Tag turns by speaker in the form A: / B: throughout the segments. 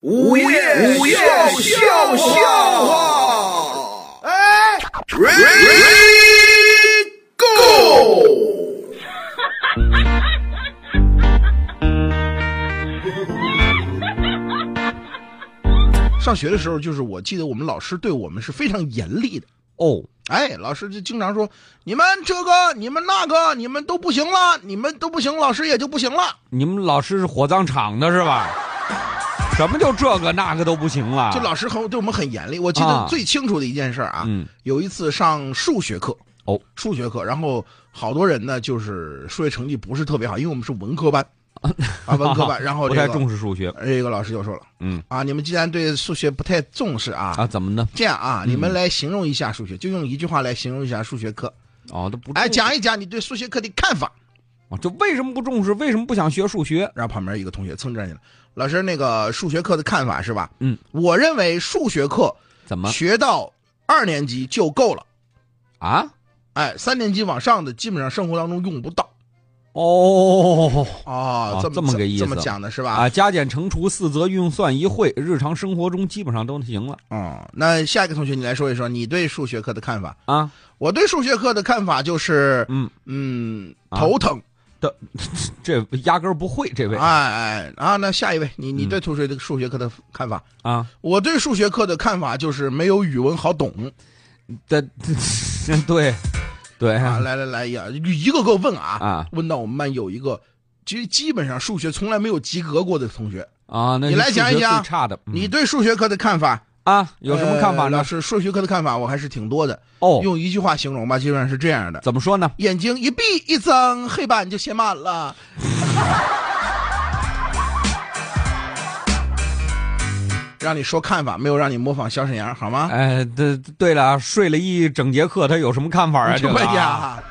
A: 午夜午夜笑笑话，哎，Ready Go！上学的时候，就是我记得我们老师对我们是非常严厉的。
B: 哦，
A: 哎，老师就经常说：“你们这个，你们那个，你们都不行了，你们都不行，老师也就不行了。
B: 你们老师是火葬场的是吧？什么就这个那个都不行啊了？”
A: 就老师很对我们很严厉。我记得
B: 啊
A: 最清楚的一件事儿啊，
B: 嗯
A: 有一次上数学课，
B: 哦，
A: 数学课，然后好多人呢就是数学成绩不是特别好，因为我们是文 科班啊，文科班，然后
B: 不
A: 这
B: 太
A: 个
B: 重视数学
A: 这个老师就说了，
B: 嗯
A: 啊，你们既然对数学不太重视啊，
B: 啊？怎么呢？
A: 这样啊，
B: 嗯
A: 你们来形容一下数学，就用一句话来形容一下数学课，
B: 哦，都不
A: 哎，
B: 重
A: 讲一讲你对数学课的看法。
B: 哦就为什么不重视？为什么不想学数学？
A: 然后旁边一个同学蹭站起来，老师那个数学课的看法是吧？
B: 嗯，
A: 我认为数学课
B: 怎么
A: 学到二年级就够了，
B: 啊？
A: 哎，三年级往上的基本上生活当中用不到。
B: 哦
A: 哦
B: 哦，
A: 这么
B: 这么个意思
A: 这么讲的是吧？
B: 啊，加减乘除四则运算一会，日常生活中基本上都行了
A: 哦，那下一个同学你来说一说你对数学课的看法。
B: 啊。
A: 我对数学课的看法就是，
B: 嗯
A: 嗯，
B: 啊
A: 头疼。
B: 这压根儿不会，这位
A: 哎哎啊，那下一位，你你
B: 嗯
A: 对数学的数学课的看法？
B: 啊，
A: 我对数学课的看法就是没有语文好懂啊
B: 这对对
A: 啊！来来来呀，一个个问啊，
B: 嗯啊
A: 问到我们班有一个，其实基本上数学从来没有及格过的同学。
B: 啊，那
A: 你
B: 是
A: 来
B: 数
A: 讲一
B: 学
A: 讲
B: 最差的，嗯
A: 你对数学课的看法
B: 啊有什么看法
A: 呃老
B: 呢？
A: 师，数学课的看法我还是挺多的，
B: 哦，
A: 用一句话形容吧，基本上是这样的：
B: 怎么说呢？
A: 眼睛一闭一睁，黑板就写满 了。让你说看法，没有让你模仿小沈阳，好 吗？
B: 哎，对对了，睡了一整节课，他有什么看法啊？
A: 你
B: 这个
A: 快点
B: 啊
A: 啊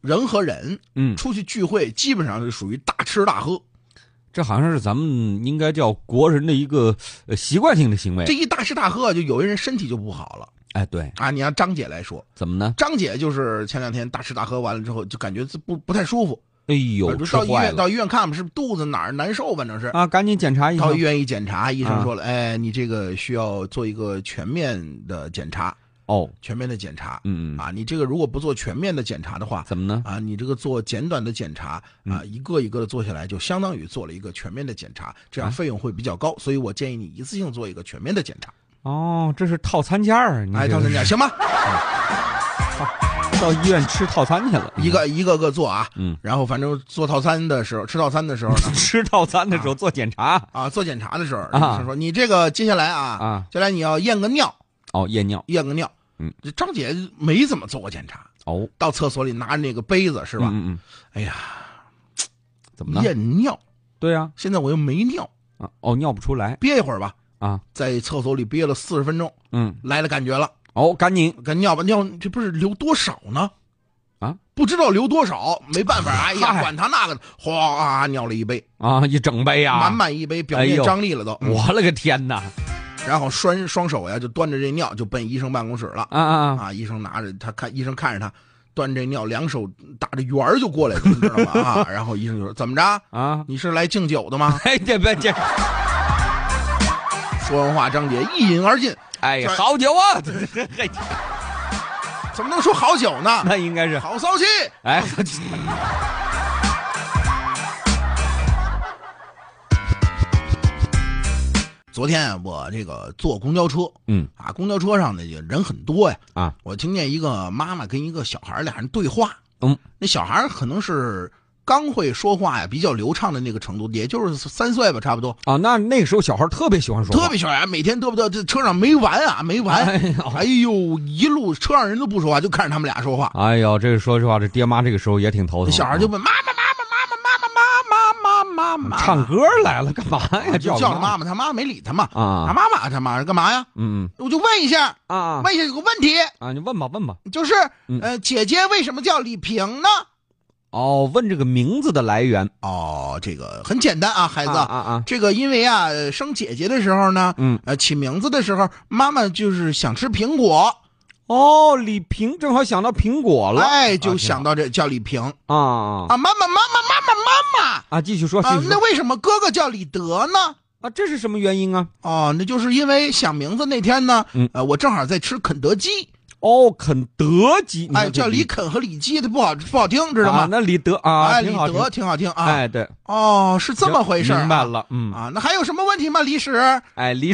A: 人和人
B: 嗯，
A: 出去聚会，基本上是属于大吃大喝。
B: 这好像是咱们应该叫国人的一个呃习惯性的行为
A: 这。一大吃大喝，就有些人身体就不好了
B: 哎，对，
A: 啊！你让张姐来说，
B: 怎么呢？
A: 张姐就是前两天大吃大喝完了之后，就感觉自不不太舒服，啊
B: 哎呦，
A: 就
B: 吃
A: 到医
B: 坏
A: 院
B: 了
A: 到医院看吧，是不是肚子哪儿难受，反正是。
B: 啊！赶紧检查一下
A: 到医院一检查，医生
B: 啊
A: 说了，哎，你这个需要做一个全面的检查，
B: 哦。
A: 全面的检查
B: 嗯嗯，
A: 啊！你这个如果不做全面的检查的话，
B: 怎么呢？
A: 啊，你这个做简短的检查啊，
B: 嗯
A: 一个一个的做下来，就相当于做了一个全面的检查，这样
B: 啊
A: 费用会比较高，所以我建议你一次性做一个全面的检查。
B: 哦，这是套餐价儿。你
A: 哎，
B: 这
A: 套
B: 个
A: 餐价行吧？
B: 到医院吃套餐去 了。
A: 一个一个个做啊，
B: 嗯，，
A: 然后反正做套餐的时候，吃套餐的时候呢
B: 吃套餐的时候做检 查
A: 啊，做检查的时候，医
B: 啊
A: 生说你这个接下来啊，
B: 啊，
A: 接下来你要验个尿，
B: 哦，验尿
A: 验个尿。
B: 嗯，
A: 这张姐没怎么做过检查，
B: 哦，
A: 到厕所里拿着那个杯子是
B: 是
A: 吧？
B: 嗯嗯，
A: 哎呀，
B: 怎么了？
A: 验尿，
B: 对呀，
A: 现在我又没尿，
B: 啊哦，尿不出来
A: 憋一会儿吧，
B: 啊。
A: 在厕所里憋了四十分钟，
B: 嗯，
A: 来了感觉了。
B: 哦，赶紧
A: 跟尿吧尿，这不是流多少呢？
B: 啊，
A: 不知道流多少，没办 法，哎呀，
B: 嗨
A: 管他那个，哗啊，尿了一杯，
B: 啊，一整杯呀，
A: 满满一杯，表
B: 哎
A: 面
B: 呦
A: 张力了都。嗯
B: 我了个天哪！啊
A: 然后双双手呀就端着这尿就奔医生办公室了。
B: 啊啊啊！
A: 啊，医生拿着他看，医生看着他端着这尿，两手打着圆儿就过来了，你知道吗？啊，然后医生就说怎么着？
B: 啊！
A: 你是来敬酒的吗？
B: 哎，这别这，
A: 说完话，张姐一饮而尽，
B: 哎呀，
A: 这
B: 好酒啊！ 嘿
A: 怎么能说好酒呢？
B: 那应该是，
A: 好骚气！
B: 哎，
A: 昨天啊我这个坐公交车，
B: 嗯
A: 啊，公交车上的人很多呀。
B: 啊，
A: 我听见一个妈妈跟一个小孩儿俩人对话。
B: 嗯，
A: 那小孩儿可能是刚会说话呀，比较流畅的那个程度，也就是三岁吧，差不多。
B: 啊，那那个时候小孩特别喜欢说话，
A: 特别小呀，每天得不得这车上没完啊，没完。
B: 哎呦
A: 哎呦，一路车上人都不说话，就看着他们俩说话。
B: 哎呦，这说实话，这爹妈这个时候也挺头
A: 那
B: 疼。啊
A: 小孩就问妈妈妈妈妈妈妈妈妈妈妈妈，
B: 唱歌来了，干嘛呀？
A: 啊就
B: 叫
A: 叫他妈妈，他妈没理他嘛。他
B: 啊，
A: 妈妈他妈干嘛呀？
B: 嗯
A: 我就问一下，
B: 嗯啊
A: 问一下有个问题，
B: 啊，你问吧问吧。
A: 就是
B: 嗯
A: 呃，姐姐为什么叫李萍呢？
B: 哦，问这个名字的来源。
A: 哦，这个很简单啊，孩子。
B: 啊啊啊，
A: 这个因为啊，呃生姐姐的时候呢，
B: 嗯，
A: 呃，起名字的时候，妈妈就是想吃苹果，
B: 哦，李平正好想到苹果了，
A: 哎，
B: 啊
A: 就想到这叫李平
B: 挺好啊啊
A: 啊，妈妈妈妈妈妈妈妈
B: 啊！继续说，继
A: 啊
B: 续，
A: 那
B: 说
A: 为什么哥哥叫李德呢？
B: 啊，这是什么原因啊？
A: 哦，那就是因为想名字那天呢，
B: 嗯
A: 呃，我正好在吃肯德基，
B: 哦，嗯肯德基，你看
A: 哎，
B: 这
A: 叫李肯和李基，它不好不好听，知道
B: 啊
A: 吗？
B: 那李德啊，
A: 哎，李
B: 挺好听，
A: 德挺好听啊。
B: 哎，对，
A: 哦，是这么回事儿啊，
B: 明白了，嗯，
A: 啊？那还有什么问题吗？李史，
B: 哎，李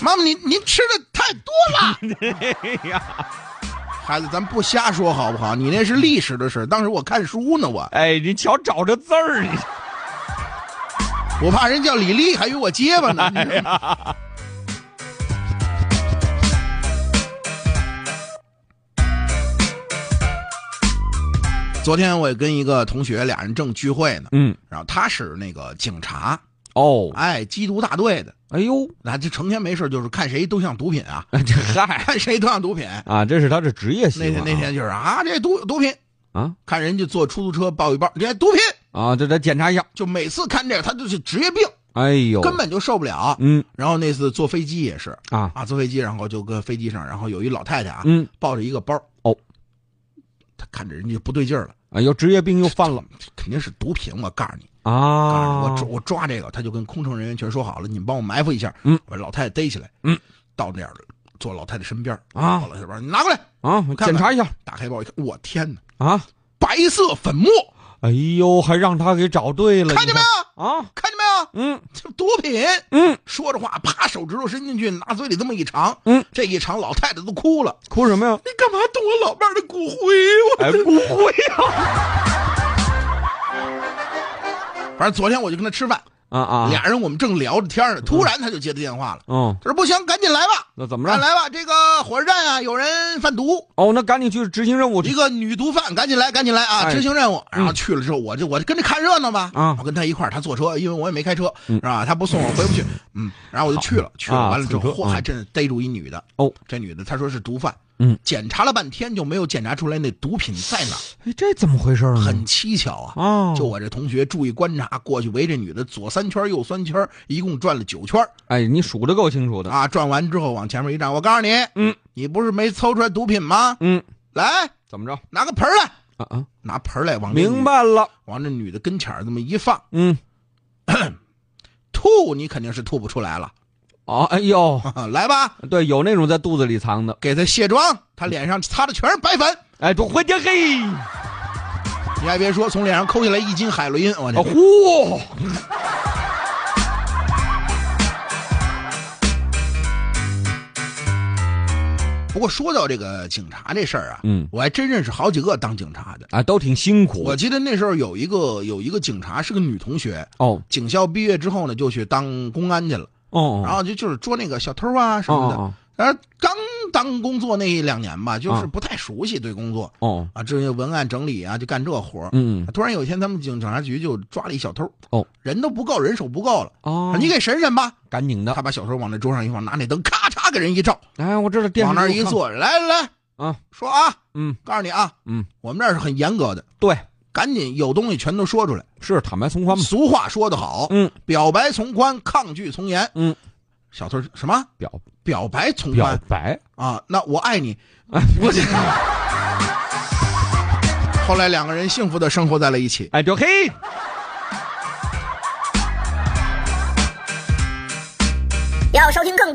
A: 妈妈，您您吃的太多了，
B: 呀，
A: 孩子，咱不瞎说好不好？你那是历史的事，当时我看书呢，我
B: 哎，你瞧找着字儿，你
A: 我怕人叫李丽，还以为我结巴呢。你知道吗 昨天我也跟一个同学，俩人正聚会呢，
B: 嗯，
A: 然后他是那个警察，
B: 哦，
A: 哎，缉毒大队的，
B: 哎呦，
A: 那就成天没事就是看谁都像毒品啊，
B: 哎这嗨
A: 看谁都像毒品。
B: 啊，这是他的职业习
A: 那天
B: 惯啊，
A: 那天就是啊，这毒毒品，
B: 啊
A: 看人家坐出租车报一报，这毒品，
B: 啊，这得检查一下，
A: 就每次看这个他就是职业病，
B: 哎呦，
A: 根本就受不了。
B: 嗯
A: 然后那次坐飞机也是
B: 啊
A: 啊，坐飞机，然后就跟飞机上，然后有一老太太啊，
B: 嗯，
A: 抱着一个包，
B: 哦，
A: 他看着人家不对劲儿了，
B: 哎呦，职业病又犯了
A: 肯定是毒品，我告诉你，告
B: 啊，
A: 诉你，我抓我抓这个，他就跟空乘人员全说好了，你们帮我埋伏一下，
B: 嗯，
A: 把老太太逮起来，
B: 嗯，
A: 到那儿了坐老太太身边儿
B: 啊
A: 到老太太边儿你拿过来，
B: 啊，
A: 看
B: 检查一下
A: 打开包一看，我天哪，
B: 啊，
A: 白色粉末，
B: 哎呦，还让他给找对了，
A: 看见没有？
B: 有啊？
A: 看见没有？
B: 嗯
A: 这毒品。
B: 嗯，
A: 说着话，啪，手指头伸进去，拿嘴里这么一尝，
B: 嗯，
A: 这一尝，老太太都哭了。
B: 哭什么呀？
A: 你干嘛动我老伴儿的骨灰？我、
B: 哎，不会 呀！
A: 反正昨天我就跟他吃饭，
B: 啊啊，
A: 俩人我们正聊着天呢，突然他就接到电话了，
B: 嗯，
A: 他说不行，赶紧来吧，
B: 那怎么
A: 赶紧
B: 着？
A: 来吧，这个火车站啊有人贩毒，
B: 哦，那赶紧去执行任务
A: 一
B: 去
A: 个女毒贩，赶紧来，赶紧来啊，
B: 哎
A: 执行任务。然后去了之后，我就我就跟着看热闹吧，
B: 啊
A: 我跟他一块儿，他坐车，因为我也没开车，
B: 嗯
A: 是吧？他不送我回不去，嗯，然后我就去了，去了
B: 啊
A: 完了之后，
B: 蹭车
A: 嚯，
B: 嗯
A: 还真是逮住一女的，
B: 哦，
A: 这女的她说是毒贩，
B: 嗯，
A: 检查了半天就没有检查出来那毒品在哪儿，
B: 哎，这怎么回事呢？
A: 很蹊跷啊。
B: 啊，
A: 就我这同学注意观察，过去围这女的左三圈右三圈，一共转了九圈儿
B: 哎，你数的够清楚的。
A: 啊！转完之后往前面一站，我告诉你，
B: 嗯，
A: 你不是没搜出来毒品吗？
B: 嗯，
A: 来，
B: 怎么着？
A: 拿个盆儿来，
B: 啊啊，
A: 拿盆儿来往这女
B: 明，白了。
A: 往这女的跟前儿这么一放，
B: 嗯，
A: 吐你肯定是吐不出来了，
B: 哦，哎呦，
A: 哈哈来吧，
B: 对，有那种在肚子里藏的。
A: 给她卸妆，她脸上擦的全是白粉，
B: 哎，都回家嘿，
A: 你还别说，从脸上抠下来一斤海洛因，我去，
B: 啊呼，
A: 不过说到这个警察这事儿啊，
B: 嗯，
A: 我还真认识好几个当警察的。
B: 啊，都挺辛苦
A: 我。记得那时候有一个有一个警察是个女同学，
B: 哦
A: 警校毕业之后呢，就去当公安去了，
B: 哦，
A: 然后就就是捉那个小偷啊什么的。
B: 哦
A: 然后刚当工作那一两年吧，就是不太熟悉对工作
B: 哦哦，
A: 啊，这些文案整理啊，就干这活儿。
B: 嗯
A: 突然有一天，他们警警察局就抓了一小偷，
B: 哦，
A: 人都不够，人手不够了，
B: 哦，
A: 你给审审吧。
B: 赶紧的。
A: 他把小偷往那桌上一放，拿那灯咔嚓给人一照，
B: 哎，我知道电视
A: 往那儿
B: 剧
A: 一
B: 看，
A: 坐，来来来，
B: 啊，
A: 说啊，
B: 嗯，
A: 告诉你啊，
B: 嗯，
A: 我们这儿是很严格的，
B: 对，
A: 赶紧有东西全都说出来。
B: 是坦白从宽嘛。
A: 俗话说得好，
B: 嗯，
A: 表白从宽，抗拒从严。
B: 嗯，
A: 小偷什么
B: 表
A: 表白从
B: 表
A: 宽
B: 白，
A: 啊？那我爱你。
B: 哎， 不行，
A: 后来两个人幸福的生活在了一起。
B: 哎，就嘿，
C: 要收听更